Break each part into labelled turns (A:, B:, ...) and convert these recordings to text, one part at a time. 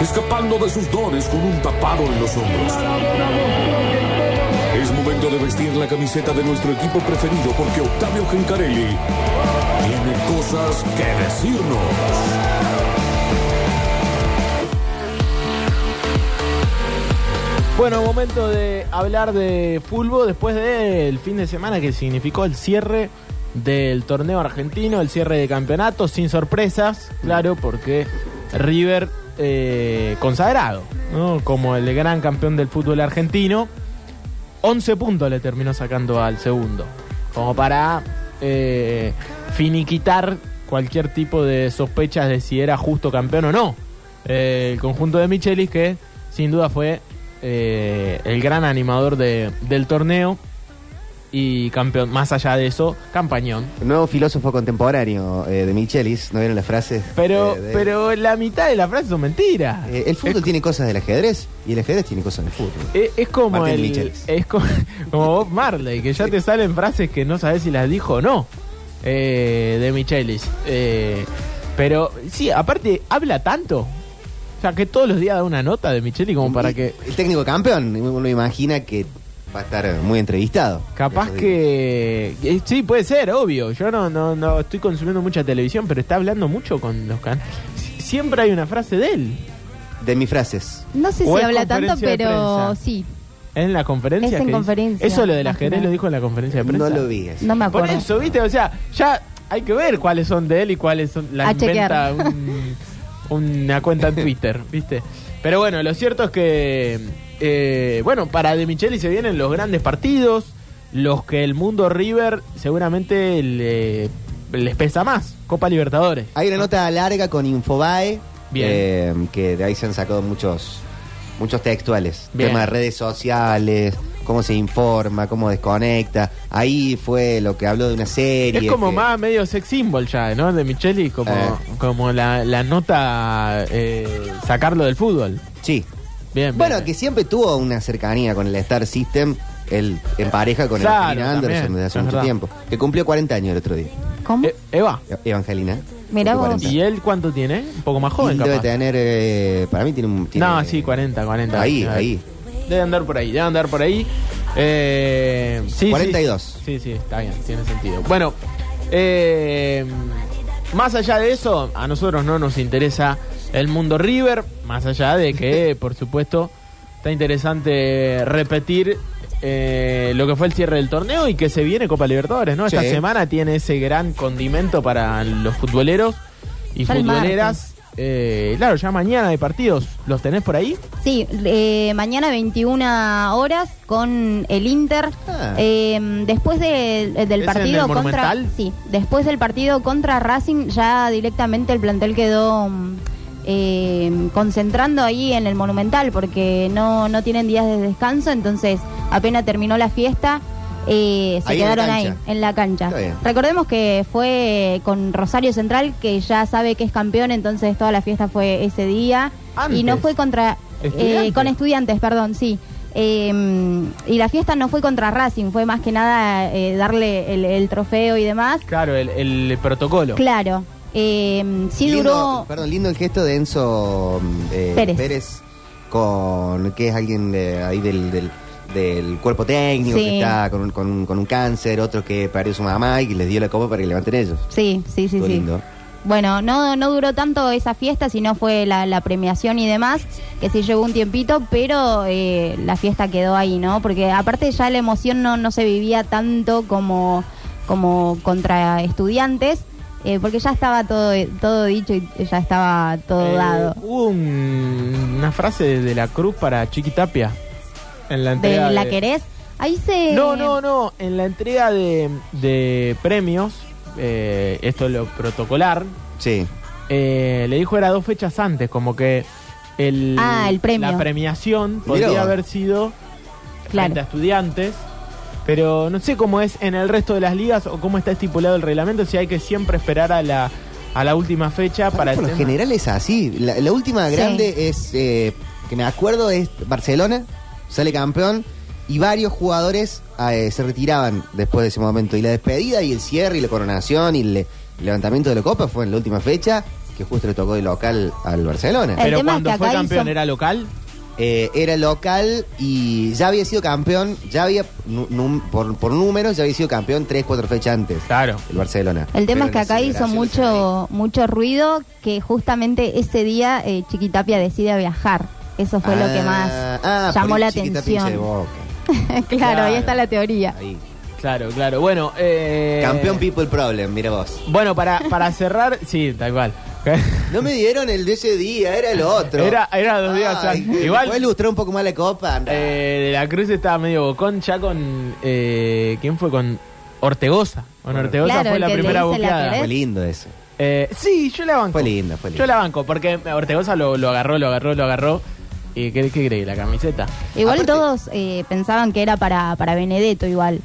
A: escapando de sus dones con un tapado en los hombros. Es momento de vestir la camiseta de nuestro equipo preferido porque Octavio Gencarelli tiene cosas que decirnos.
B: Bueno, momento de hablar de fútbol después del fin de semana que significó el cierre del torneo argentino, el cierre de campeonato, sin sorpresas, claro, porque River eh, consagrado, ¿no? como el gran campeón del fútbol argentino, 11 puntos le terminó sacando al segundo, como para eh, finiquitar cualquier tipo de sospechas de si era justo campeón o no. Eh, el conjunto de Michelis que sin duda fue eh, el gran animador de- del torneo y campeón, más allá de eso, campañón.
C: Un nuevo filósofo contemporáneo eh, de Michelis, ¿no vieron las frases?
B: Pero,
C: Eh, de-
B: pero la mitad de la frase son mentiras.
C: Eh, el fútbol tiene cosas del ajedrez y el ajedrez tiene cosas del fútbol.
B: Eh, Es, como
C: Martín
B: el-
C: Michelis.
B: es co- como Bob Marley, que ya te salen frases que no sabes si las dijo o no eh, de Michelis. Eh, pero sí, aparte, habla tanto. O sea, que todos los días da una nota de Michelis como para
C: Y-
B: que...
C: El técnico campeón, uno imagina que va a estar muy entrevistado.
B: Capaz
C: Eso digo.
B: que. eh, Sí, puede ser, obvio. Yo no, no, no estoy consumiendo mucha televisión, pero está hablando mucho con los canales. Sie- Siempre hay una frase de él.
C: De mis frases.
D: No sé
B: O
D: si
B: es
D: habla tanto,
B: conferencia de
D: pero
B: prensa.
D: sí,
B: Es en la conferencia.
D: Es en
B: que dice-
D: conferencia,
B: Eso lo de las
D: más que
B: ajedrez
D: nada.
B: lo dijo en la conferencia de prensa.
C: No lo vi. así.
D: no me
B: Por
D: acuerdo.
B: eso, ¿viste? O sea, ya hay que ver cuáles son de él y cuáles son. La
D: A
B: inventa
D: chequear.
B: un- una cuenta en Twitter, ¿viste? Pero bueno, lo cierto es que. eh, bueno, para De Micheli se vienen los grandes partidos, los que el mundo River seguramente le- les pesa más. Copa Libertadores.
C: Hay una nota larga con Infobae,
B: Bien.
C: eh, que de ahí se han sacado muchos, muchos textuales.
B: Bien.
C: Tema de redes sociales, cómo se informa, cómo desconecta. Ahí fue lo que habló de una serie.
B: Es como
C: que-
B: más medio sex symbol ya, ¿no? De Micheli, como,
C: Eh.
B: como la, la nota eh, sacarlo del fútbol.
C: Sí.
B: Bien, bien,
C: Bueno,
B: bien.
C: que siempre tuvo una cercanía con el Star System, él en pareja con
B: Claro,
C: Evangelina Anderson
B: también,
C: desde hace
B: es
C: mucho
B: verdad.
C: tiempo. Que cumplió 40 años el otro día.
D: ¿Cómo?
B: Eh, Eva.
C: E- Evangelina.
D: Mirá
C: cumplió
D: vos.
C: 40.
B: ¿Y él cuánto tiene? Un poco más
C: Y
B: joven,
C: debe
B: capaz.
C: tener, eh, para mí tiene un... tiene-
B: No, sí, 40, 40.
C: Ahí,
B: Eh,
C: ahí.
B: Debe andar por ahí, debe andar por ahí. Eh, sí, sí.
C: 42.
B: Sí, sí, está bien, tiene sentido. Bueno, eh, más allá de eso, a nosotros no nos interesa el mundo River, más allá de que, por supuesto, está interesante repetir eh, lo que fue el cierre del torneo y que se viene Copa Libertadores, ¿no? Esta
C: Sí.
B: semana tiene ese gran condimento para los futboleros y
D: Ya el
B: futboleras. Eh, claro, ya mañana de partidos, ¿los tenés por ahí?
D: Sí, eh, mañana 21 horas con el Inter.
C: Ah.
D: Eh, después del- del
B: ¿Es en el
D: partido contra.
B: Monumental?
D: Sí, después del partido contra Racing, ya directamente el plantel quedó mm, eh, concentrando ahí en el Monumental porque no, no tienen días de descanso. Entonces, apenas terminó la fiesta. eh, se
C: Ahí en la
D: quedaron ahí,
C: cancha.
D: en la cancha.
C: Está bien.
D: Recordemos que fue con Rosario Central, que ya sabe que es campeón, entonces toda la fiesta fue ese día. Y no
B: Antes.
D: fue contra eh,
B: Estudiantes.
D: con estudiantes, perdón, sí. Eh, y la fiesta no fue contra Racing, fue más que nada eh, darle el, el trofeo y demás.
B: Claro, el, el protocolo.
D: Claro, eh, sí
C: lindo,
D: duró.
C: Perdón, lindo el gesto de Enzo eh,
D: Pérez.
C: Pérez. con que es alguien de, ahí del, del, del cuerpo técnico
D: Sí.
C: que está con, un- con, un- con un cáncer, otro que perdió su mamá y que les dio la copa para que levanten ellos.
D: Sí, sí, sí,
C: Estuvo
D: sí.
C: lindo.
D: Bueno, no, no duró tanto esa fiesta, sino fue la, la premiación y demás, que sí llevó un tiempito, pero eh, la fiesta quedó ahí, ¿no? Porque aparte ya la emoción no, no se vivía tanto como, como contra estudiantes, eh, porque ya estaba todo, todo dicho y ya estaba todo
B: Eh,
D: dado.
B: Hubo un- una frase de la Cruz para Chiqui Tapia. En la
D: ¿De
B: entrega.
D: la
B: de-
D: querés? Ahí se...
B: No, no, no. En la entrega de, de premios, eh, esto es lo protocolar,
C: Sí.
B: eh, le dijo era dos fechas antes, como que el,
D: Ah, el premio.
B: la premiación podría
C: Mirá vos.
B: haber sido frente
D: Claro.
B: a estudiantes, pero no sé cómo es en el resto de las ligas o cómo está estipulado el reglamento, si hay que siempre esperar a la, a la última fecha Ah, para,
C: Para
B: el
C: por lo
B: tema.
C: general es así. La, la última
D: Sí.
C: grande es, eh, que me acuerdo, es Barcelona, sale campeón y varios jugadores eh, se retiraban después de ese momento. Y la despedida y el cierre y la coronación y el, le- levantamiento de la copa fue en la última fecha, que justo le tocó de local al Barcelona.
D: El
B: Pero
D: tema es
B: cuando
D: que
B: fue
D: acá
B: campeón
D: hizo-
B: era local.
C: Eh, era local y ya había sido campeón, ya había, nu- num- por, por números, ya había sido campeón tres, cuatro fechas antes.
B: Claro.
C: El Barcelona.
D: El
C: Pero
D: tema es que
C: la
D: acá hizo
C: celebración se
D: mucho, mucho ruido que justamente ese día eh, Chiquitapia decide viajar. Eso fue lo que más
C: Ah, ah,
D: llamó
C: por
D: la
C: el chiquita pinche de
D: atención.
C: boca.
D: claro,
B: Claro.
D: ahí está la teoría.
C: Ahí.
B: Claro, claro. Bueno, eh,
C: Campeón People Problem, mira vos.
B: Bueno, para, para cerrar, sí, tal cual.
C: No me dieron el de ese día, era el otro.
B: Era- era dos días antes. Igual-
C: Igual. ilustrar un poco más la copa?
B: Eh, de la Cruz estaba medio bocón ya con. Eh, ¿Quién fue? Con Ortegoza. Con
C: Claro.
B: Ortegoza
D: Claro,
B: fue
D: el
B: la
D: que le
B: primera
D: dice la
B: boqueada.
D: Pérez.
C: Fue lindo eso.
B: Eh, sí, yo la banco.
C: Fue lindo, fue lindo.
B: Yo la banco porque Ortegoza lo, lo agarró, lo agarró, lo agarró. ¿Y qué, qué creí? La camiseta.
D: Igual
C: Ah, Aparte-
D: todos eh, pensaban que era para, para Benedetto igual.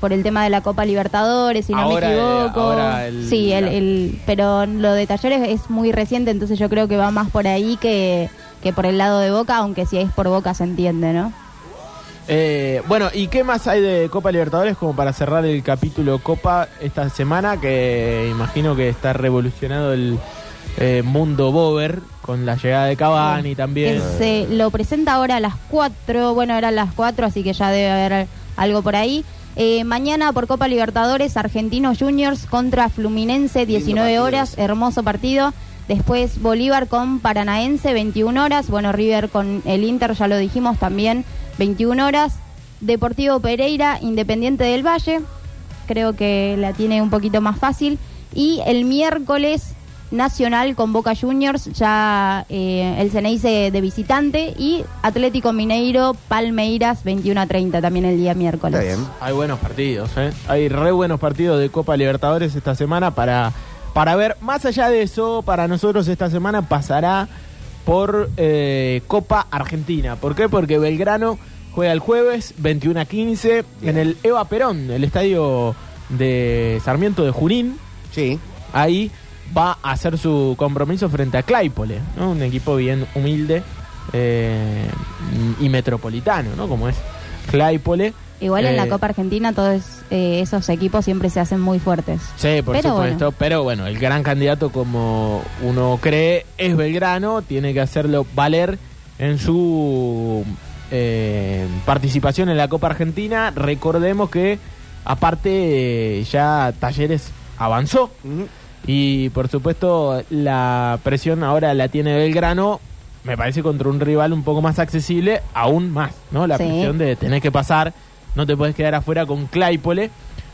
D: Por el tema de la Copa Libertadores, si no
B: Ahora,
D: me
B: eh,
D: equivoco.
B: ahora el-
D: sí, el,
B: la-
D: el- pero lo de Talleres es muy reciente, entonces yo creo que va más por ahí que, que por el lado de Boca, aunque si es por Boca se entiende, ¿no?
B: Eh, bueno, ¿y qué más hay de Copa Libertadores como para cerrar el capítulo Copa esta semana? Que imagino que está revolucionado el eh, mundo Bober con la llegada de Cavani también.
D: Que Eh, se lo presenta ahora a las 4, bueno, eran las 4, así que ya debe haber algo por ahí. Eh, mañana por Copa Libertadores, Argentinos Juniors contra Fluminense,
C: Lindo
D: 19
C: partido
D: horas,
C: ese.
D: hermoso partido. Después Bolívar con Paranaense, 21 horas. Bueno, River con el Inter, ya lo dijimos también, 21 horas. Deportivo Pereira, Independiente del Valle, creo que la tiene un poquito más fácil. Y el miércoles Nacional con Boca Juniors, ya eh, el Ceneice de visitante y Atlético Mineiro Palmeiras 21 a 30 también el día miércoles.
C: Está bien.
B: Hay buenos partidos, ¿eh? Hay re buenos partidos de Copa Libertadores esta semana para, para ver. Más allá de eso, para nosotros esta semana pasará por eh, Copa Argentina. ¿Por qué? Porque Belgrano juega el jueves 21 a 15 en
C: Bien.
B: el Eva Perón, el estadio de Sarmiento de Junín.
C: Sí.
B: Ahí va a hacer su compromiso frente a Claypole, ¿no? Un equipo bien humilde eh, y metropolitano, ¿no? Como es Claypole.
D: Igual en la
B: Eh,
D: Copa Argentina todos eh, esos equipos siempre se hacen muy fuertes.
B: Sí, por
D: Pero
B: supuesto, pero bueno, el gran candidato como uno cree es Belgrano, tiene que hacerlo valer en su eh, participación en la Copa Argentina. Recordemos que aparte eh, ya Talleres avanzó
C: Ujú.
B: y por supuesto la presión ahora la tiene Belgrano, me parece contra un rival un poco más accesible, aún más, ¿no? La
D: Sí.
B: presión de tener que pasar, no te puedes quedar afuera con Claypole.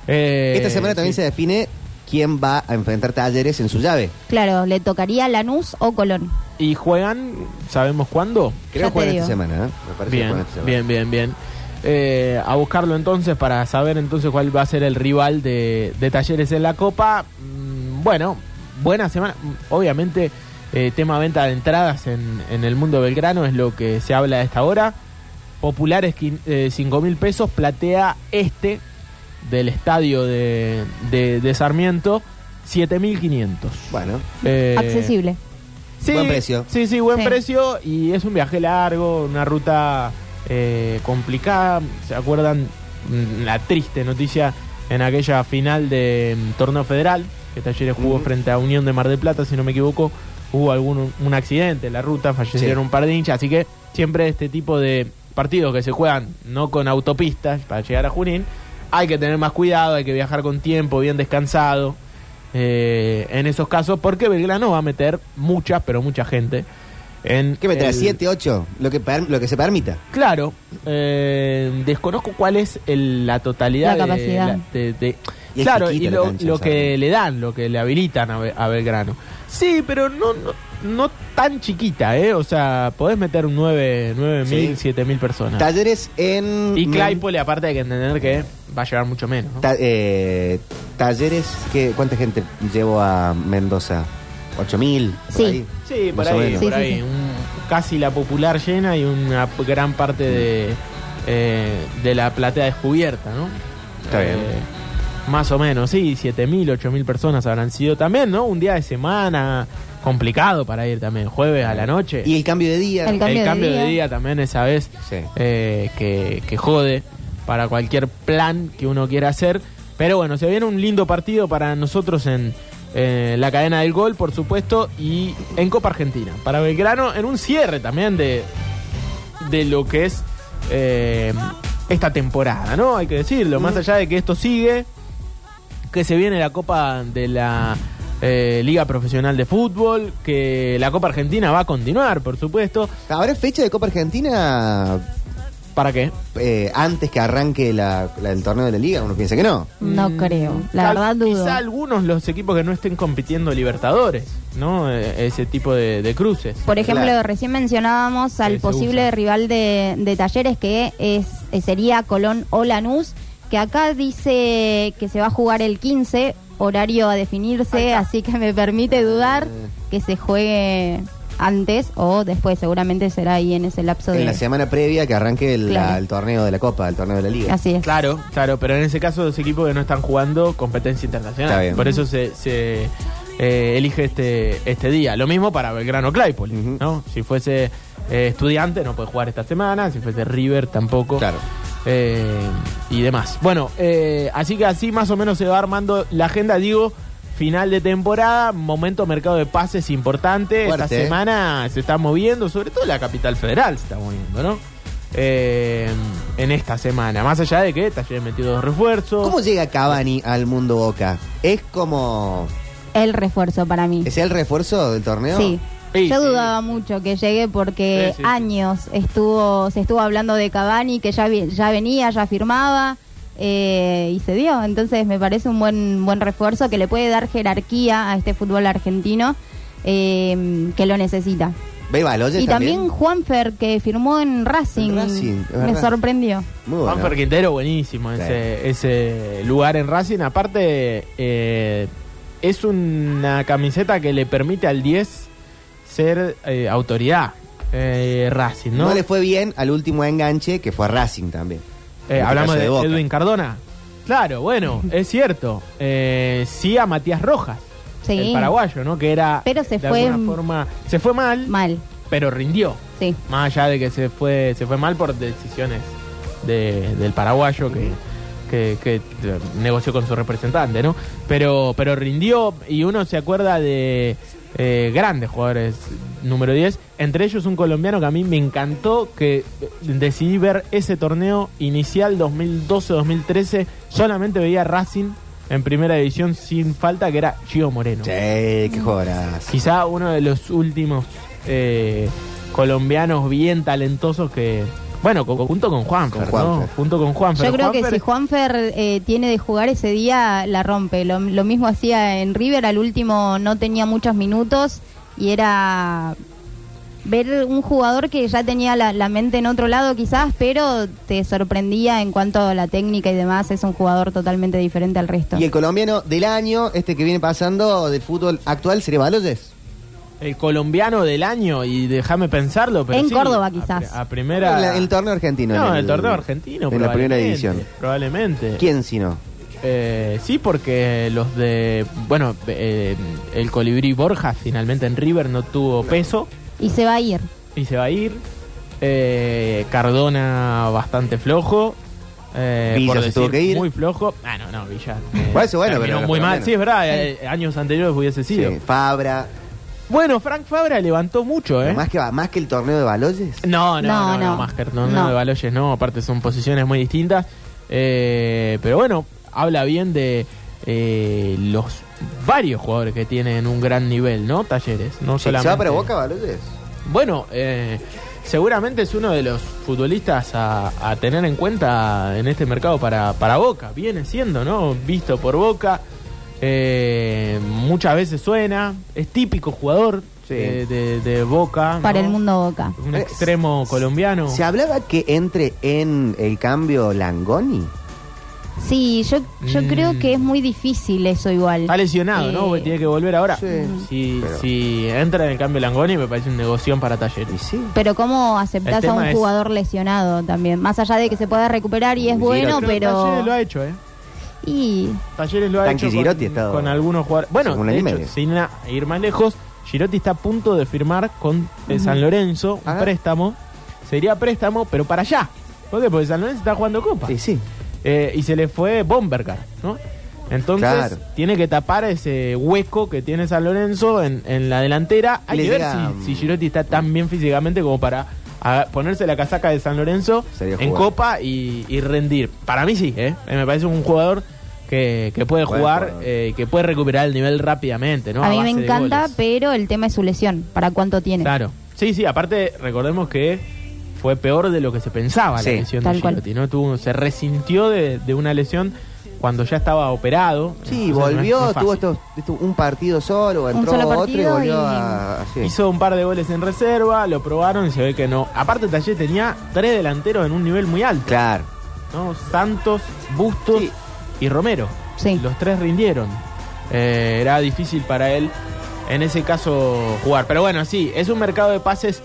B: Eh,
C: Esta semana también
B: sí.
C: se define quién va a enfrentar Talleres en su llave.
D: Claro, le tocaría Lanús o Colón.
B: ¿Y juegan, sabemos cuándo?
D: Ya
C: Creo
D: te
C: que juegan
D: digo.
C: esta semana, ¿eh? Me parece que
B: Bien,
C: juegan esta semana.
B: bien, bien, bien. Eh, a buscarlo entonces para saber entonces cuál va a ser el rival de, de Talleres en la Copa. Mm, Bueno, buena semana. Mm, Obviamente, eh, tema venta de entradas en, en el mundo belgrano es lo que se habla a esta hora. Populares quin- eh, 5 mil pesos, platea este del estadio de, de, de Sarmiento 7.500.
C: Bueno,
B: Eh,
D: Accesible.
C: Buen precio.
B: Sí, sí, buen
D: Sí.
B: precio. Y es un viaje largo, una ruta eh, complicada. ¿Se acuerdan mm, la triste noticia en aquella final de mm, torneo federal? Que Talleres jugó
C: Ujú.
B: frente a Unión de Mar del Plata, si no me equivoco. Hubo algún un accidente en la ruta, fallecieron
C: Sí.
B: un par de hinchas. Así que siempre este tipo de partidos que se juegan no con autopistas para llegar a Junín, hay que tener más cuidado, hay que viajar con tiempo, bien descansado eh, en esos casos, porque Belgrano va a meter mucha, pero mucha gente. En
C: ¿qué meterá?
B: el-
C: ¿Siete, ocho? Lo que, per- lo que se permita.
B: Claro, eh, desconozco cuál es el- la totalidad
D: La
B: de-
D: capacidad.
B: de- de-
C: Y es
B: claro, y
C: chiquita la
B: lo,
C: cancha,
B: lo
C: ¿sabes?
B: que le dan, lo que le habilitan a, Be- a Belgrano. Sí, pero no, no, no tan chiquita, ¿eh? O sea, podés meter un 9,
C: Sí.
B: mil, siete mil personas.
C: Talleres en.
B: Ah. y Claypole, aparte hay que entender que va a llevar mucho menos. ¿no?
C: Ta- eh, talleres, ¿qué, ¿cuánta gente llevo a Mendoza? ¿8.000? por
D: Sí.
C: ahí?
B: Sí, por
C: Más o
B: ahí,
C: menos.
B: por
D: Sí, sí,
B: ahí.
D: sí.
B: Un casi la popular llena y una p- gran parte de, eh, de la platea descubierta, ¿no? Eh,
C: Está bien.
B: Más o menos, sí, 7.000, 8.000 personas habrán sido también, ¿no? Un día de semana complicado para ir también, jueves a la noche.
C: Y el cambio de día.
D: El cambio
B: el
D: de
B: cambio de
D: día.
B: día también esa vez
C: Sí.
B: eh, que, que jode para cualquier plan que uno quiera hacer. Pero bueno, se viene un lindo partido para nosotros en eh, la cadena del gol, por supuesto, y en Copa Argentina. Para Belgrano, en un cierre también de, de lo que es eh, esta temporada, ¿no? Hay que decirlo, más allá de que esto sigue, que se viene la Copa de la eh, Liga Profesional de Fútbol, que la Copa Argentina va a continuar, por supuesto.
C: ¿Habrá fecha de Copa Argentina
B: ¿Para qué?
C: eh, antes que arranque la, la- el torneo de la liga? Uno piensa que no.
D: No
B: mm,
D: creo. La
B: Tal-
D: verdad dudo.
B: Quizá algunos los equipos que no estén compitiendo Libertadores, ¿no? Eh, Ese tipo de, de cruces.
D: Por ejemplo,
C: Claro.
D: recién mencionábamos al
B: se
D: posible
B: usa.
D: rival de, de Talleres que es eh, sería Colón o Lanús, que acá dice que se va a jugar el 15, horario a definirse, así que me permite dudar
C: Eh.
D: que se juegue antes o después, seguramente será ahí en ese lapso de...
C: En la semana previa que arranque el, la-
D: Claro.
C: el torneo de la Copa, el torneo de la liga.
D: Así es.
B: Claro, claro, pero en ese caso los equipos que no están jugando competencia internacional.
C: Está bien.
B: Por eso se, se, eh, elige este, este día. Lo mismo para Belgrano Claypool,
C: Ujú.
B: ¿no? Si fuese eh, estudiante no puede jugar esta semana, si fuese River tampoco.
C: Claro.
B: Eh, y demás. Bueno, eh, así que así más o menos se va armando la agenda, digo. Final de temporada, momento mercado de pases importante. Esta
C: Fuerte, eh.
B: semana se está moviendo, sobre todo la capital federal se está moviendo, ¿no? Eh, en esta semana. Más allá de que Talleres metió dos refuerzos.
C: ¿Cómo llega Cavani al mundo Boca? ¿Es como.
D: El refuerzo para mí.
C: ¿Es el refuerzo del torneo?
D: Sí.
B: Sí,
D: Yo
B: sí.
D: dudaba mucho que llegue porque
B: Sí, sí, sí.
D: años estuvo se estuvo hablando de Cavani, que ya, vi- ya venía, ya firmaba eh, y se dio. Entonces me parece un buen, buen refuerzo que le puede dar jerarquía a este fútbol argentino eh, que lo necesita.
C: ¿Ve Baloyes
D: y también Juanfer, que firmó en Racing,
C: En Racing, es
D: me
C: verdad.
D: sorprendió.
C: Muy bueno.
B: Juan Quintero, buenísimo ese, ese lugar en Racing. Aparte, eh, es una camiseta que le permite al 10 ser eh, autoridad eh, Racing,
C: ¿No?
B: ¿no?
C: le fue bien al último enganche que fue a Racing también.
B: Eh,
C: En este
B: hablamos
C: caso
B: de,
C: Boca.
B: Edwin Cardona. Claro, bueno, es cierto. Eh, sí a Matías Rojas,
D: Sí.
B: el paraguayo, ¿no? Que era
D: Pero se
B: de
D: fue-
B: alguna forma se fue mal,
D: Mal,
B: pero rindió.
D: sí.
B: Más allá de que se fue se fue mal por decisiones de- del paraguayo que, que- que, eh, negoció con su representante, ¿no? Pero pero rindió y uno se acuerda de eh, grandes jugadores número 10, entre ellos un colombiano que a mí me encantó que eh, decidí ver ese torneo inicial 2012-2013, solamente veía Racing en primera división sin falta que era Gio Moreno
C: Che, qué jodas.
B: quizá uno de los últimos eh, colombianos bien talentosos que bueno co- junto con Juanfer,
C: Con Juanfer.
B: ¿no? junto con Juanfer
D: Yo creo que
B: Juanfer-
D: si Juanfer eh, tiene de jugar ese día, la rompe. Lo, lo mismo hacía en River, al último no tenía muchos minutos y era ver un jugador que ya tenía la, la mente en otro lado quizás, pero te sorprendía en cuanto a la técnica y demás. Es un jugador totalmente diferente al resto.
C: Y el colombiano del año, este que viene pasando del fútbol actual, sería Baloyes.
B: el colombiano del año y déjame pensarlo pero
D: En
B: sí,
D: Córdoba,
B: a pri-
D: quizás.
B: a, primera
C: En la- en el torneo argentino.
B: no, en el torneo argentino
C: En la primera
B: probablemente,
C: división.
B: probablemente
C: ¿Quién si no?
B: Eh, sí, porque los de. Bueno, eh, el Colibrí Borja finalmente en River no tuvo peso.
D: Y se va a ir.
B: y se va a ir. Eh, Cardona bastante flojo. Eh,
C: Villa
B: por
C: se
B: decir,
C: tuvo que ir.
B: muy flojo. Ah, no, no, Villa. eh,
C: Por eso, bueno,
B: terminó
C: pero-
B: muy
C: pero
B: mal.
C: bueno.
B: Sí, es verdad, eh, años anteriores hubiese sido.
C: Sí, Fabra.
B: ¿Eh? Bueno, Frank Fabra levantó mucho, ¿eh?
C: Más, que, más que el torneo de Baloyes.
B: No, no, no,
D: No,
B: no,
D: no.
B: Masker, no, no,
D: No.
B: de Baloyes no, aparte son posiciones muy distintas. Eh, pero bueno, habla bien de eh, los varios jugadores que tienen un gran nivel, ¿no? Talleres, no
C: ¿Se
B: solamente.
C: va para Boca Baloyes?
B: Bueno, eh, seguramente es uno de los futbolistas a, a tener en cuenta en este mercado para, para Boca. Viene siendo, ¿no? Visto por Boca. eh, muchas veces suena. Es típico jugador
C: Sí.
B: de, de- de Boca.
D: Para
B: ¿no?
D: el mundo boca.
B: Un
C: Eh,
B: extremo colombiano.
C: ¿Se hablaba que entre en el cambio Langoni?
D: Sí, yo, yo
B: Mm.
D: creo que es muy difícil eso igual.
B: Está lesionado,
D: Eh,
B: ¿no? Porque Tiene que volver ahora.
C: Sí,
B: si,
C: pero-
B: si entra en el cambio Langoni, me parece un negocio para
C: Y
B: talleres.
C: sí.
D: Pero cómo
B: El
D: aceptás a
B: tema
D: un
B: es-
D: jugador lesionado también, más allá de que se pueda recuperar y es
C: Sí,
B: Talleres
D: bueno,
B: lo
D: pero
B: ha hecho, ¿eh?
D: y
B: Talleres lo ha
C: Tanque
B: hecho
C: Girotti
B: con,
C: ha estado-
B: con algunos jugadores. Bueno,
C: Hace un año
B: de
C: y
B: hecho,
C: medio.
B: sin a- ir más lejos, Girotti está a punto de firmar con eh, San Lorenzo un
C: Ah.
B: préstamo. Sería préstamo, pero para allá. ¿Por qué? Porque San Lorenzo está jugando Copa.
C: Y sí.
B: Eh, y se le fue Bombergar, ¿no? Entonces
C: Claro.
B: tiene que tapar ese hueco que tiene San Lorenzo en, en la delantera. Hay
C: Le
B: que ver
C: llega,
B: si, si
C: mm,
B: Girotti está tan bien físicamente como para ah, ponerse la casaca de San Lorenzo
C: Sería
B: en
C: jugar.
B: Copa y, y rendir. Para mí sí, ¿eh? Eh, me parece un jugador que, que puede
C: Buen
B: jugar,
C: jugador.
B: eh, que puede recuperar el nivel rápidamente, ¿no?
D: a mí
B: base
D: me
B: de
D: encanta,
B: goles.
D: pero el tema es su lesión, para cuánto tiene.
B: Claro. Sí, sí, aparte recordemos que fue peor de lo que se pensaba
C: Sí.
B: la lesión de
D: Tal
B: Girotti, ¿no? Tuvo- se resintió de, de una lesión cuando ya estaba operado.
C: Sí,
B: Entonces, no es-
C: volvió,
B: no es fácil.
C: tuvo estos, estuvo un partido solo, entró
D: solo
C: otro y
D: partido
C: volvió
D: y-
C: a. sí.
B: Hizo un par de goles en reserva, lo probaron y se ve que no. Aparte Taller tenía tres delanteros en un nivel muy alto,
C: Claro.
B: ¿no? Santos, Bustos
C: Sí.
B: y Romero.
D: Sí.
B: Los tres rindieron. Eh, era difícil para él en ese caso jugar. Pero bueno, sí, es un mercado de pases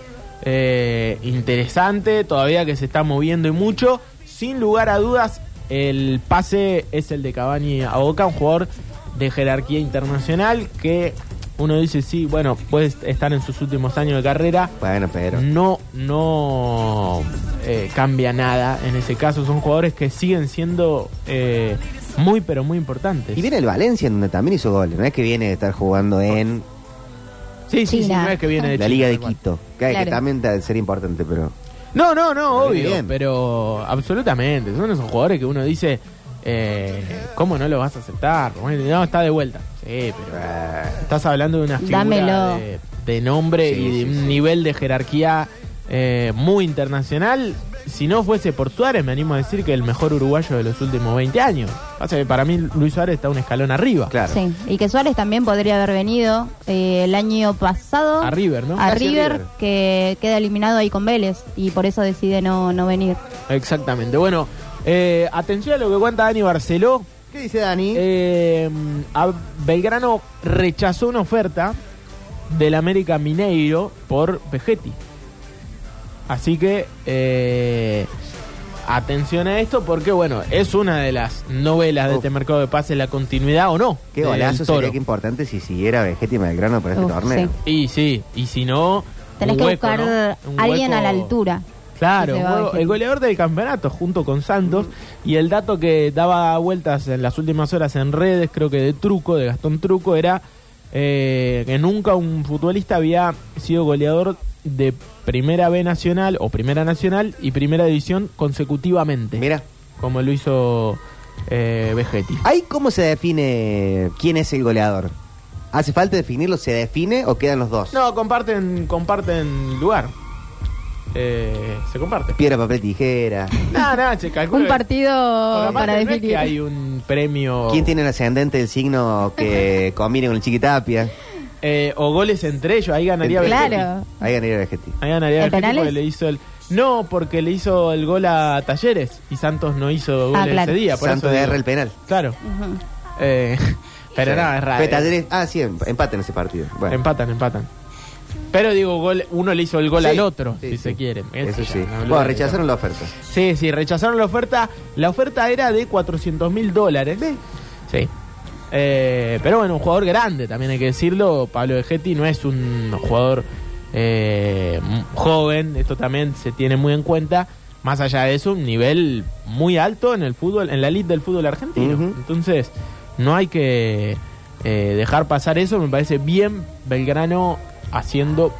B: eh, interesante, todavía que se está moviendo y mucho. Sin lugar a dudas, el pase es el de Cavani a Boca, un jugador de jerarquía internacional que uno dice, sí, bueno, puede estar en sus últimos años de carrera,
C: Bueno, pero.
B: no, no eh, cambia nada en ese caso. Son jugadores que siguen siendo eh, muy, pero muy importantes.
C: Y viene el Valencia, en donde también hizo goles. No es que viene de estar jugando en
B: sí, sí, sí,
D: China.
B: no es que viene de
C: la
B: China,
C: Liga de
B: tal cual.
C: Quito. Que, que
D: Claro.
C: también ta- sería importante, pero.
B: No, no, no,
C: Pero
B: obvio.
C: bien.
B: Pero absolutamente. Son esos jugadores que uno dice, eh, ¿cómo no lo vas a aceptar? Bueno, no, está de vuelta. Sí, pero
C: eh,
B: estás hablando de una figura
D: Dámelo.
B: de, de nombre
C: Sí,
B: y de
C: sí,
B: un
C: sí.
B: nivel de jerarquía eh, muy internacional. Si no fuese por Suárez, me animo a decir que el mejor uruguayo de los últimos 20 años. Pasa que para mí Luis Suárez está un escalón arriba.
C: Claro.
D: Sí, y que Suárez también podría haber venido eh, el año pasado
B: A River, ¿no?
D: a
C: Casi
D: River,
C: River.
D: que queda eliminado ahí con Vélez y por eso decide no, no venir.
B: Exactamente. Bueno, eh, atención a lo que cuenta Dani Barceló.
C: ¿Qué dice Dani?
B: Eh, a Belgrano rechazó una oferta del América Mineiro por Vegetti. Así que eh, atención a esto porque bueno, es una de las novelas de
C: Uf.
B: este mercado de pases, la continuidad o no.
C: Qué
B: del
C: golazo
B: Toro.
C: sería que importante si siguiera Vegetti Belgrano para este
D: Uf,
C: torneo.
D: sí.
B: Y sí, y si no...
D: Tenés
B: un
D: que
B: hueco,
D: buscar
B: ¿no? Un
D: alguien a la
B: hueco-
D: altura.
B: Claro,
D: Que se va
B: un hueco-
D: Vegetti.
B: el goleador del campeonato junto con Santos y el dato que daba vueltas en las últimas horas en redes, creo que de Truco, de Gastón Truco, era eh, que nunca un futbolista había sido goleador de Primera B Nacional o Primera Nacional y Primera División consecutivamente,
C: Mira,
B: como lo hizo eh, Vegetti.
C: ¿ahí cómo se define quién es el goleador? ¿Hace falta definirlo? ¿Se define o quedan los dos?
B: No, comparten, comparten lugar. Eh, se comparte.
C: Piedra, papel, tijera.
B: Nada, nada, se calcula.
D: Un
B: que-
D: partido
B: Porque aparte
D: para
B: no es que
D: definir.
B: hay un premio.
C: ¿Quién tiene el ascendente del signo que combine con el Chiquitapia?
B: Eh, o goles entre ellos, ahí ganaría
D: Claro.
B: Vegetti.
C: Ahí ganaría Vegetti.
B: Ahí ganaría
D: ¿En
B: Vegetti
D: penales?
B: porque le hizo el No, porque le hizo el gol a Talleres y Santos no hizo goles
D: claro.
B: ese día, por
C: Santos
B: eso digo.
C: agarra el penal.
B: Claro.
D: Ujú.
B: Eh, pero
C: Sí.
B: nada, es raro.
C: Fue Talleres- ah, sí, emp- empate en ese partido. Bueno.
B: Empatan, empatan. Pero digo, gol, uno le hizo el gol
C: Sí,
B: al otro,
C: sí,
B: si
C: sí.
B: se quiere.
C: Eso
B: ya,
C: sí.
B: no hablo
C: bueno,
B: de-
C: rechazaron la oferta.
B: Sí, sí, rechazaron la oferta. La oferta era de 400 mil dólares. Sí. Eh, pero bueno, un jugador grande, también hay que decirlo. Pablo Vegetti no es un jugador eh, m- joven, esto también se tiene muy en cuenta. Más allá de eso, un nivel muy alto en el fútbol, en la elite del fútbol argentino.
C: Ujú.
B: Entonces, no hay que eh, dejar pasar eso. Me parece bien Belgrano haciendo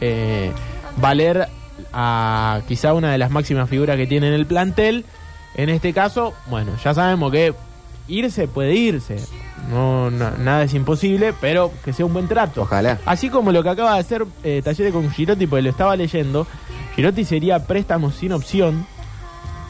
B: eh, valer a quizá una de las máximas figuras que tiene en el plantel. En este caso, bueno, ya sabemos que irse puede irse. No, na- nada es imposible, pero que sea un buen trato.
C: Ojalá.
B: Así como lo que acaba de hacer eh, Talleres con Girotti, porque lo estaba leyendo, Girotti sería préstamo sin opción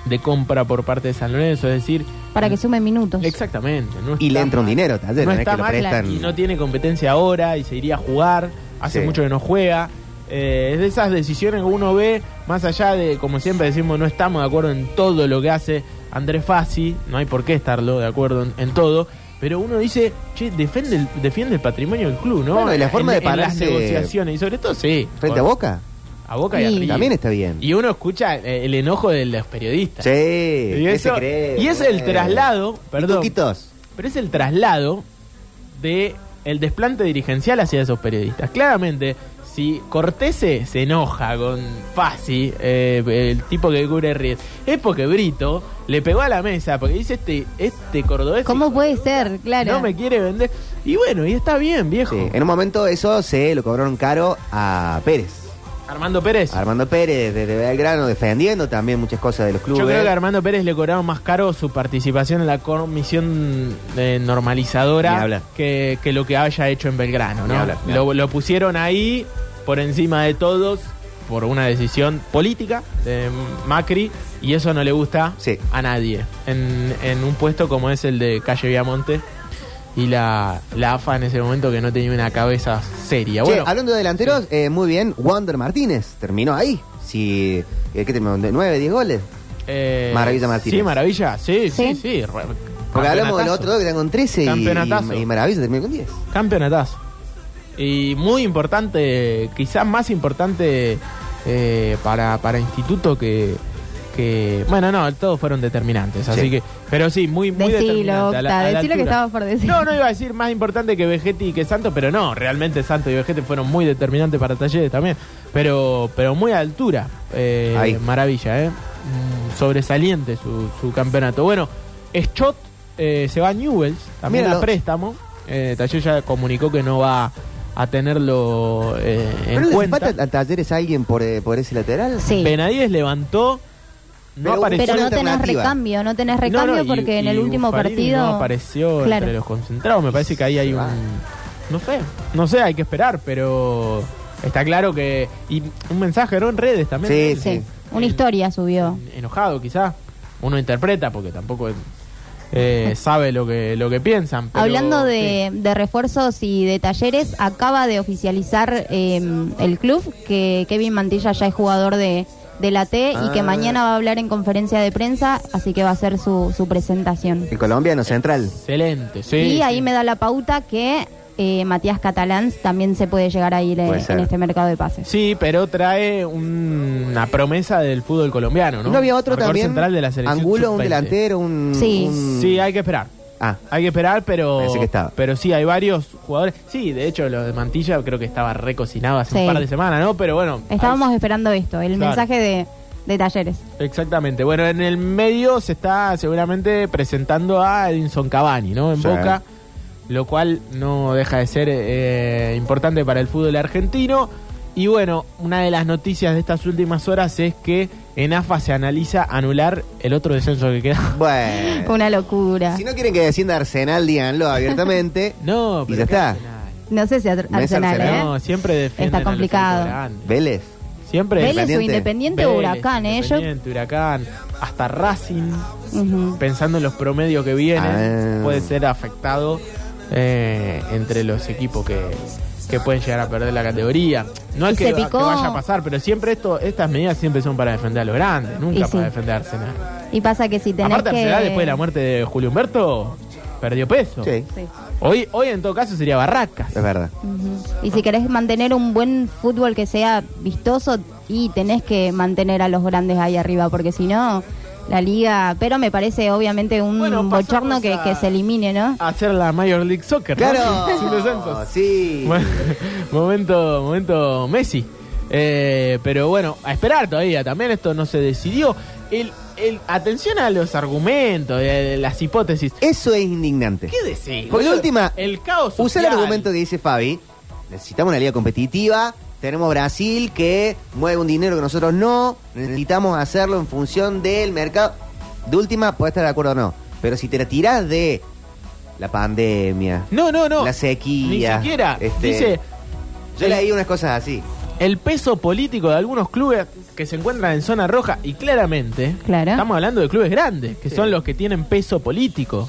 B: de compra por parte de San Lorenzo, es decir...
D: Para que sume minutos.
B: Exactamente. no
C: Y le
B: está
C: entra un
B: mal.
C: dinero, Talleres,
B: No
C: no es
B: está
C: que lo
B: mal
C: prestan.
B: y no tiene competencia ahora y se iría a jugar. Hace
C: Sí.
B: mucho que no juega. Eh, es de esas decisiones que uno ve, más allá de, como siempre decimos, no estamos de acuerdo en todo lo que hace Andrés Fassi, no hay por qué estarlo de acuerdo en, en todo, pero uno dice, che, defiende el, defiende el patrimonio del club, ¿no?
C: Bueno, y la forma
B: En-
C: de
B: en
C: pararse-
B: las negociaciones, y sobre todo, sí.
C: Frente a
B: con-
C: Boca,
B: A Boca y a
D: Sí.
B: River.
C: también está bien.
B: Y uno escucha eh, el enojo de los periodistas.
C: Sí,
B: Y,
C: ¿qué
B: eso-
C: se cree?
B: y es el
C: Eh.
B: traslado, perdón,
C: Tuquitos.
B: pero es el traslado de el desplante dirigencial hacia esos periodistas. Claramente, si Cortese se enoja con Fassi, eh, el tipo que cubre Riet, es porque Brito le pegó a la mesa, porque dice este, este cordobés
D: ¿Cómo
B: hijo
D: puede
B: de puta,
D: ser? Claro.
B: no me quiere vender. Y bueno, y está bien, viejo.
C: Sí, En un momento eso se lo cobraron caro a Pérez.
B: Armando Pérez.
C: Armando Pérez desde Belgrano defendiendo también muchas cosas de los clubes.
B: Yo creo que a Armando Pérez le cobraron más caro su participación en la comisión eh,
C: Ni
B: normalizadora
C: hablar.
B: que, que lo que haya hecho en Belgrano. ¿no?
C: Ni hablar, ni
B: Lo, lo pusieron ahí por encima de todos por una decisión política de Macri y eso no le gusta
C: Sí.
B: a nadie en, en un puesto como es el de Calle Viamonte y la, la AFA en ese momento que no tenía una cabeza seria.
C: Che,
B: Bueno,
C: hablando de delanteros, eh, muy bien, Wander Martínez terminó ahí. Si, eh, ¿Qué terminó? ¿De ¿Nueve, diez goles?
B: eh,
C: Maravilla Martínez.
B: Sí, Maravilla, sí, sí, sí.
D: Sí.
B: re-
C: Porque hablamos del otro, que eran con 13 y,
B: Campeonatazo.
C: y Maravilla terminó con 10.
B: Campeonatazo. Y muy importante, quizás más importante eh, para, para Instituto que, que- Bueno, no, todos fueron determinantes, así
C: Sí.
B: que... Pero sí, muy, muy
D: Decilo,
B: determinante. a la-
D: Octa,
B: a la
D: decí lo que
B: altura.
D: estabas por decir.
B: No, no iba a decir más importante que Vegetti y que Santos, pero no, realmente Santos y Vegetti fueron muy determinantes para Talleres también, pero, pero muy a altura. eh,
C: Ahí.
B: Maravilla, ¿eh? Mm, Sobresaliente su, su campeonato. Bueno, Schott eh, se va a Newells, también
C: Míralo.
B: a préstamo. Eh, Talleres ya comunicó que no va a tenerlo eh,
C: ¿Pero
B: en
C: le
B: cuenta.
C: falta a Talleres alguien por, eh, por ese lateral?
D: Sí.
B: Benavides levantó, no
C: Pero-
B: apareció
D: Pero
C: una
D: no tenés
C: alternativa.
D: recambio, no tenés
B: No,
D: recambio
B: no, y-
D: porque en
B: y
D: el último
B: Buffarini
D: partido.
B: No apareció
D: Claro.
B: entre los concentrados. Me parece que ahí hay
C: Se
B: un.
C: va.
B: No sé, no sé, hay que esperar, pero está claro que. Y un mensaje, ¿no? En redes también.
C: Sí,
B: ¿no?
D: Sí,
C: Sí.
D: una historia subió.
B: En- Enojado, quizá. Uno interpreta porque tampoco eh, sabe lo que, lo que piensan. pero-
D: Hablando de, de refuerzos y de talleres, acaba de oficializar eh, el club que Kevin Mantilla ya es jugador de, de la T y que
C: Ah.
D: mañana va a hablar en conferencia de prensa, así que va a ser su, su presentación.
C: El colombiano central.
B: sí. Excelente, sí.
D: y ahí
B: sí.
D: me da la pauta que eh, Matías Catalán también se puede llegar a ir eh,
C: Puede ser.
D: en este mercado de pases.
B: Sí, pero trae un- una promesa del fútbol colombiano, ¿no?
C: ¿No, había otro
B: Marcador
C: también?
B: central de la selección
C: Angulo, un
B: sub-20.
C: delantero, un...
D: Sí.
C: un-
B: Sí, hay que esperar.
C: Ah,
B: Hay que esperar, pero.
C: Pensé que estaba.
B: Pero sí, hay varios jugadores. Sí, de hecho, lo de Mantilla creo que estaba recocinado hace un
D: Sí.
B: par de semanas, ¿no? Pero bueno.
D: Estábamos esperando esto, el
B: Claro.
D: mensaje de, de talleres.
B: ahí- exactamente. Bueno, en el medio se está seguramente presentando a Edinson Cavani, ¿no? En
C: Sí.
B: Boca. Lo cual no deja de ser eh, importante para el fútbol argentino. Y bueno, una de las noticias de estas últimas horas es que en AFA se analiza anular el otro descenso que queda.
C: bueno.
D: Una locura.
C: Eh. Si no quieren que descienda Arsenal, díganlo abiertamente.
B: No,
C: Y
B: pero
C: ya
B: ¿qué
C: está.
B: hacen ahí?
D: No sé si Ar-
C: No es
D: Arsenal,
C: Arsenal,
D: ¿eh?
B: No, siempre defienden
D: Está
B: a los
D: complicado.
B: equipos grandes.
C: Vélez.
B: Siempre
D: Vélez o
C: Independiente.
D: Independiente o
B: Vélez,
D: Huracán, ¿eh? Yo-
B: Independiente, Huracán, hasta Racing,
D: Ujú.
B: pensando en los promedios que vienen,
C: Ah.
B: puede ser afectado eh, entre los equipos que, que pueden llegar a perder la categoría. No
D: Y
B: es que,
D: se
B: que
D: picó.
B: vaya a pasar, pero siempre esto, estas medidas siempre son para defender a los grandes, nunca
D: Y
B: para
D: sí.
B: defender a Arsenal.
D: Y pasa que si tenés
B: Aparte,
D: que...
B: Arsenal después de la muerte de Julio Humberto perdió peso.
C: Sí,
D: Sí.
B: Hoy, hoy en todo caso sería Barracas.
C: es verdad.
D: Ujú. Y si querés mantener un buen fútbol que sea vistoso y tenés que mantener a los grandes ahí arriba, porque si no, la liga... Pero me parece obviamente un
B: Bueno, Ah, pasamos
D: bochorno que,
B: a-
D: que se elimine, ¿no?
B: Hacer la Major League Soccer. ¿no?
C: Claro.
B: Sin descensos.
C: Sí.
B: Bueno, momento, momento Messi. Eh, pero bueno, a esperar todavía. También esto no se decidió. El, el- atención a los argumentos, eh, las hipótesis.
C: Eso es indignante.
B: ¿Qué decís?
C: Porque
B: boludo?
C: última,
B: el caos social.
C: Usa el argumento que dice Fabi. Necesitamos una liga competitiva. Tenemos Brasil que mueve un dinero que nosotros no. Necesitamos hacerlo en función del mercado. De última, puede estar de acuerdo o no. Pero si te la tirás de la pandemia,
B: No, no, no.
C: la sequía.
B: Ni siquiera.
C: este,
B: Dice,
C: yo leí unas cosas así.
B: el peso político de algunos clubes que se encuentran en zona roja y claramente
D: Claro.
B: estamos hablando de clubes grandes, que
C: Sí.
B: son los que tienen peso político.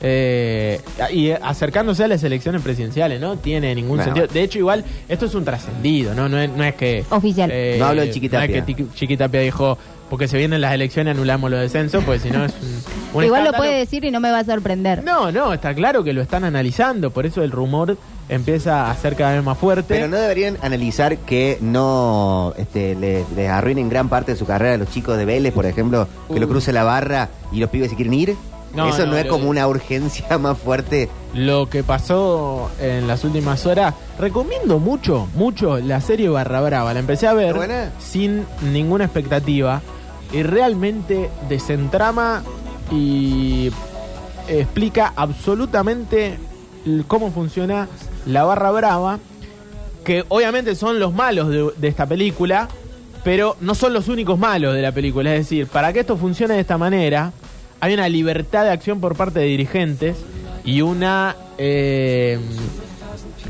B: Eh, y acercándose a las elecciones presidenciales, ¿no? Tiene ningún
C: No.
B: sentido. De hecho, igual, esto es un trascendido, ¿no? No es, no es que. eh,
D: Oficial.
C: No hablo de Chiquitapia.
B: No es que Tiqui- Chiquitapia dijo, porque se vienen las elecciones, anulamos los descensos, pues si no es un. un
D: Igual lo
B: escándalo.
D: puede decir y no me va a sorprender.
B: No, no, está claro que lo están analizando, por eso el rumor empieza a ser cada vez más fuerte.
C: Pero no deberían analizar que no este, le, les arruinen gran parte de su carrera a los chicos de Vélez, por ejemplo, que lo
B: Uh.
C: cruce la barra y los pibes se quieren ir.
B: No,
C: Eso no,
B: no,
C: es
B: lo-
C: como una urgencia más fuerte.
B: lo que pasó en las últimas horas. Recomiendo mucho, mucho la serie Barra Brava. La empecé a ver
C: ¿Está buena?
B: sin ninguna expectativa y realmente desentrama y explica absolutamente l- cómo funciona la Barra Brava, que obviamente son los malos de, de esta película, pero no son los únicos malos de la película. Es decir, para que esto funcione de esta manera, hay una libertad de acción por parte de dirigentes y una eh,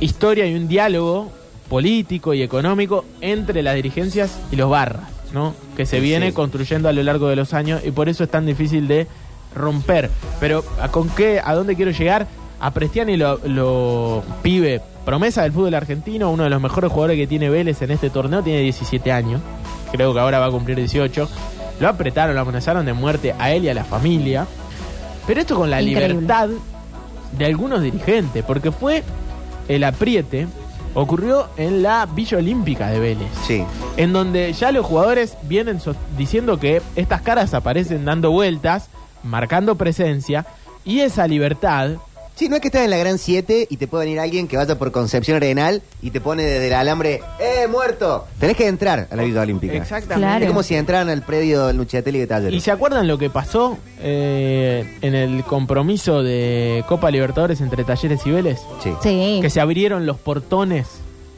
B: historia y un diálogo político y económico entre las dirigencias y los barras, ¿no? Que se
C: Sí,
B: viene
C: sí.
B: construyendo a lo largo de los años y por eso es tan difícil de romper. Pero ¿a con qué, a dónde quiero llegar? A Prestiani lo, lo pibe, promesa del fútbol argentino, uno de los mejores jugadores que tiene Vélez en este torneo, tiene 17 años, creo que ahora va a cumplir 18. Lo apretaron, lo amenazaron de muerte a él y a la familia. Pero esto con la
D: Increíble.
B: libertad de algunos dirigentes, porque fue el apriete, ocurrió en la Villa Olímpica de Vélez
C: Sí.
B: en donde ya los jugadores vienen sos- diciendo que estas caras aparecen dando vueltas, marcando presencia, y esa libertad,
C: Sí, no es que estás en la Gran 7 y te puede venir alguien que vaya por Concepción Arenal y te pone desde el alambre, ¡eh, muerto! Tenés que entrar a la vida olímpica.
D: Claro.
C: Es como si entraran al predio del Luchatelli de
B: ¿Y
C: Talleres.
B: se acuerdan lo que pasó eh, en el compromiso de Copa Libertadores entre Talleres y Vélez?
C: Sí.
D: Sí.
B: Que se abrieron los portones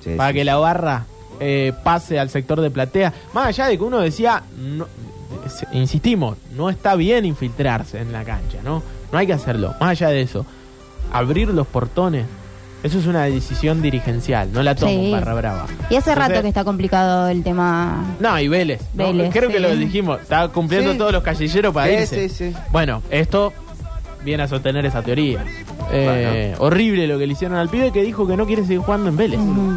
C: Sí,
B: para
C: sí,
B: que
C: sí.
B: la barra eh, pase al sector de platea. Más allá de que uno decía, no- es- insistimos, no está bien infiltrarse en la cancha, ¿no? No hay que hacerlo. Más allá de eso, abrir los portones, eso es una decisión dirigencial, no la toma un
D: Sí.
B: barra brava.
D: Y hace rato
B: Entonces-
D: que está complicado el tema.
B: No, y Vélez. ¿no?
D: Vélez,
B: Creo que
D: sí.
B: lo dijimos. Está cumpliendo
C: Sí.
B: todos los callilleros para
C: Sí,
B: irse.
C: sí, sí.
B: Bueno, esto viene a sostener esa teoría. Eh, Horrible lo que le hicieron al pibe que dijo que no quiere seguir jugando en Vélez.
D: Ujú.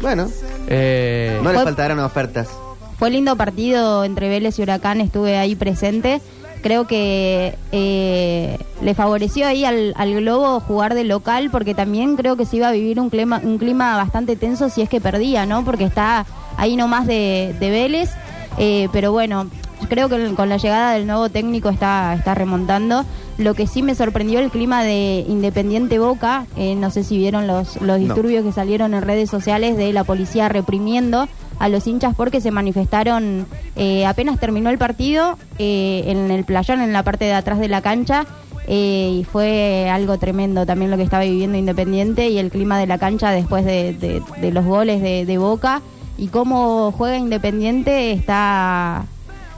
C: Bueno,
B: Eh,
C: no les
D: Fue-
C: faltarán ofertas.
D: Fue lindo partido entre Vélez y Huracán, estuve ahí presente. Creo que eh, le favoreció ahí al, al Globo jugar de local porque también creo que se iba a vivir un clima, un clima bastante tenso si es que perdía, ¿no? Porque está ahí nomás de, de Vélez. Eh, pero bueno, creo que con la llegada del nuevo técnico está, está remontando. Lo que sí me sorprendió el clima de Independiente Boca. Eh, no sé si vieron los,
C: No.
D: los disturbios que salieron en redes sociales de la policía reprimiendo a los hinchas porque se manifestaron eh, apenas terminó el partido eh, en el playón, en la parte de atrás de la cancha. eh, y fue algo tremendo también lo que estaba viviendo Independiente y el clima de la cancha después de, de- de los goles de, de Boca. Y cómo juega Independiente está.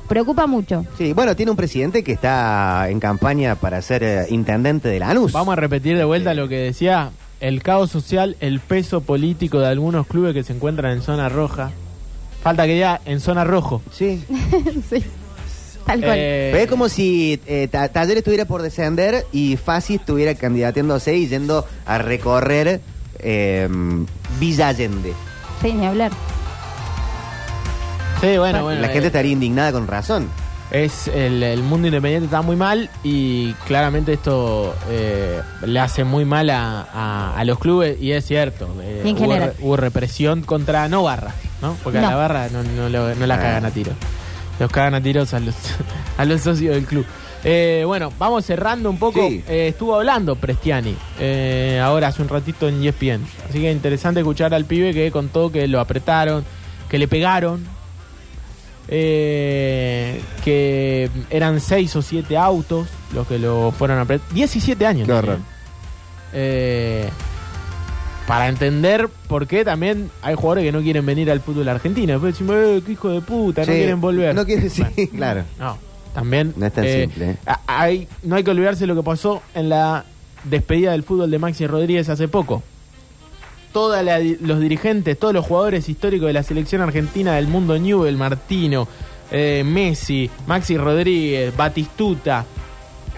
D: preocupa mucho.
C: Sí, bueno, tiene un presidente que está en campaña para ser eh, intendente de Lanús.
B: Vamos a repetir de vuelta lo que decía. El caos social, el peso político de algunos clubes que se encuentran en zona roja. Falta que ya en zona rojo.
C: Sí.
D: Sí. Tal cual.
B: Eh,
C: Pero es como si eh, Ta- Talleres estuviera por descender y Fasi estuviera candidateándose y yendo a recorrer eh, Villa Allende.
D: Sí, ni hablar.
B: sí, bueno, bueno.
C: La
B: eh,
C: gente estaría indignada con razón.
B: es el, el mundo independiente está muy mal y claramente esto eh, le hace muy mal a, a- a los clubes y es cierto. eh,
D: Y en
B: hubo,
D: general.
B: hubo represión contra no barra, ¿no? Porque a
D: No.
B: la barra no, no lo- no la
C: Ah.
B: cagan a tiro. Los cagan a tiros a los, a los socios del club. Eh, bueno, vamos cerrando un poco.
C: Sí.
B: Eh, estuvo hablando Prestiani eh, ahora hace un ratito en E ESPN. Así que interesante escuchar al pibe que contó que lo apretaron, que le pegaron, eh, que eran seis o siete autos los que lo fueron a pre- 17 años.
C: Qué horror.
B: tenía. Eh, para entender por qué también hay jugadores que no quieren venir al fútbol argentino. Después decimos, "Eh, qué hijo de puta, no
C: Sí,
B: quieren volver.
C: No quieren, sí,
B: Bueno.
C: claro.
B: No, también.
C: No es tan simple, eh.
B: a- Hay, no hay que olvidarse lo que pasó en la despedida del fútbol de Maxi Rodríguez hace poco. Todos los dirigentes, todos los jugadores históricos de la selección argentina del mundo, Newell, Martino, eh, Messi, Maxi Rodríguez, Batistuta,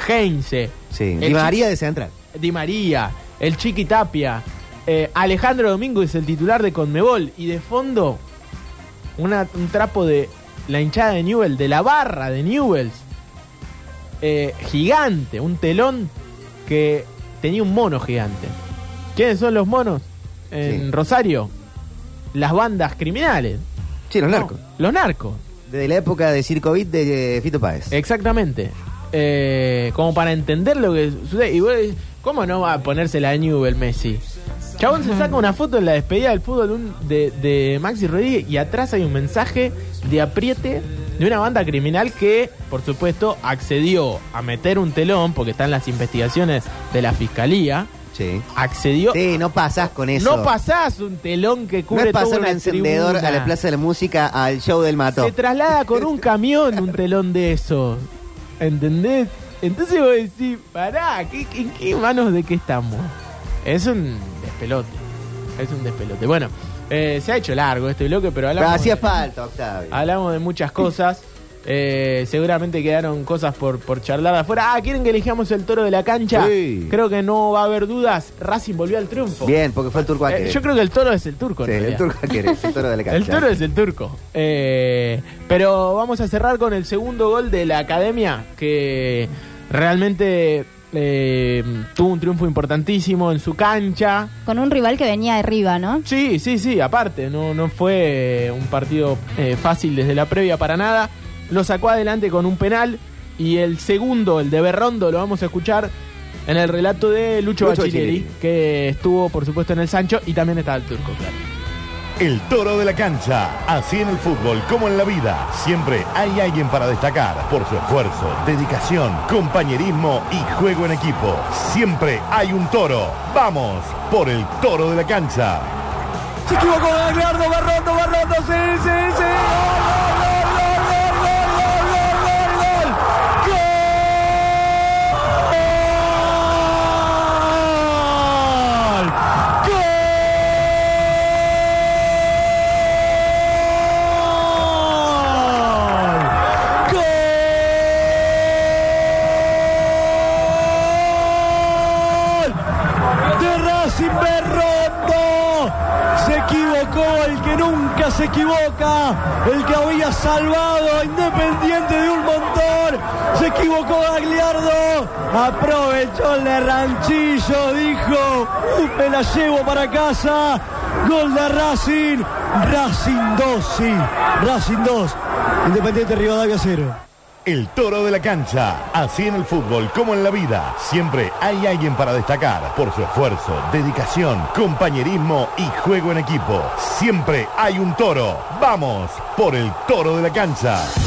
B: Heinze.
C: Sí.
B: El
C: Di María de Central.
B: Chi- Di María, el Chiqui Tapia. eh, Alejandro Domínguez, el titular de Conmebol. Y de fondo, una- un trapo de la hinchada de Newell, de la barra de Newells. Eh, gigante, un telón que tenía un mono gigante. ¿Quiénes son los monos? En
C: Sí.
B: Rosario, las bandas criminales.
C: Sí, los
B: No,
C: narcos.
B: los narcos,
C: Desde la época de Circovit de eh, Fito Páez.
B: exactamente. Eh, como para entender lo que sucede. Y vos decís, ¿cómo no va a ponerse la Newell Messi? Chabón se saca una foto en la despedida del fútbol un- de, de Maxi Rodríguez y atrás hay un mensaje de apriete de una banda criminal que, por supuesto, accedió a meter un telón, porque están las investigaciones de la fiscalía.
C: Sí.
B: Accedió.
C: Sí, no pasás con eso.
B: no pasás un telón que
C: No
B: cubre
C: es pasar
B: toda
C: un
B: una
C: encendedor a la
B: tribuna.
C: Plaza de la Música al show del Mato.
B: Se traslada con un camión un telón de eso. ¿Entendés? Entonces vos decís, pará, ¿qué, qué- ¿en qué manos de qué estamos? Es un despelote. Es un despelote. Bueno, eh, se ha hecho largo este bloque, pero
C: Pero
B: hablamos,
C: hacía
B: de,
C: falta, Octavio.
B: hablamos de muchas cosas. Eh, seguramente quedaron cosas por, por charlar de afuera. Ah, ¿quieren que elijamos el toro de la cancha?
C: Sí.
B: Creo que no va a haber dudas. Racing volvió al triunfo.
C: Bien, porque fue el turco a
B: Eh, yo creo que el toro es el turco. en
C: el
B: realidad.
C: turco Aqueres, el toro de la cancha.
B: El toro es el turco. Eh, pero vamos a cerrar con el segundo gol de la academia, que realmente eh, tuvo un triunfo importantísimo en su cancha.
D: Con un rival que venía de arriba, ¿no?
B: Sí, sí, sí, aparte, no, no fue un partido eh, fácil desde la previa para nada. Lo sacó adelante con un penal y el segundo, el de Berrondo, lo vamos a escuchar en el relato de Lucho,
C: Lucho
B: Bachilleri,
C: Bachilleri.
B: que estuvo, por supuesto, en el Sancho y también estaba el turco, claro.
E: El toro de la cancha. Así en el fútbol como en la vida, siempre hay alguien para destacar por su esfuerzo, dedicación, compañerismo y juego en equipo. Siempre hay un toro. Vamos por el toro de la cancha.
B: Se equivocó Gallardo, Barrondo, Barrondo, sí, sí, sí.
F: de Racing Berrondo. Se equivocó el que nunca se equivoca, el que había salvado a Independiente de un montón. Se equivocó Gagliardo, aprovechó el ranchillo, dijo, "Uh, me la llevo para casa. Gol de Racing, Racing 2, sí, Racing 2, Independiente Rivadavia 0.
E: El toro de la cancha. Así en el fútbol como en la vida, siempre hay alguien para destacar por su esfuerzo, dedicación, compañerismo y juego en equipo. Siempre hay un toro. Vamos por el toro de la cancha.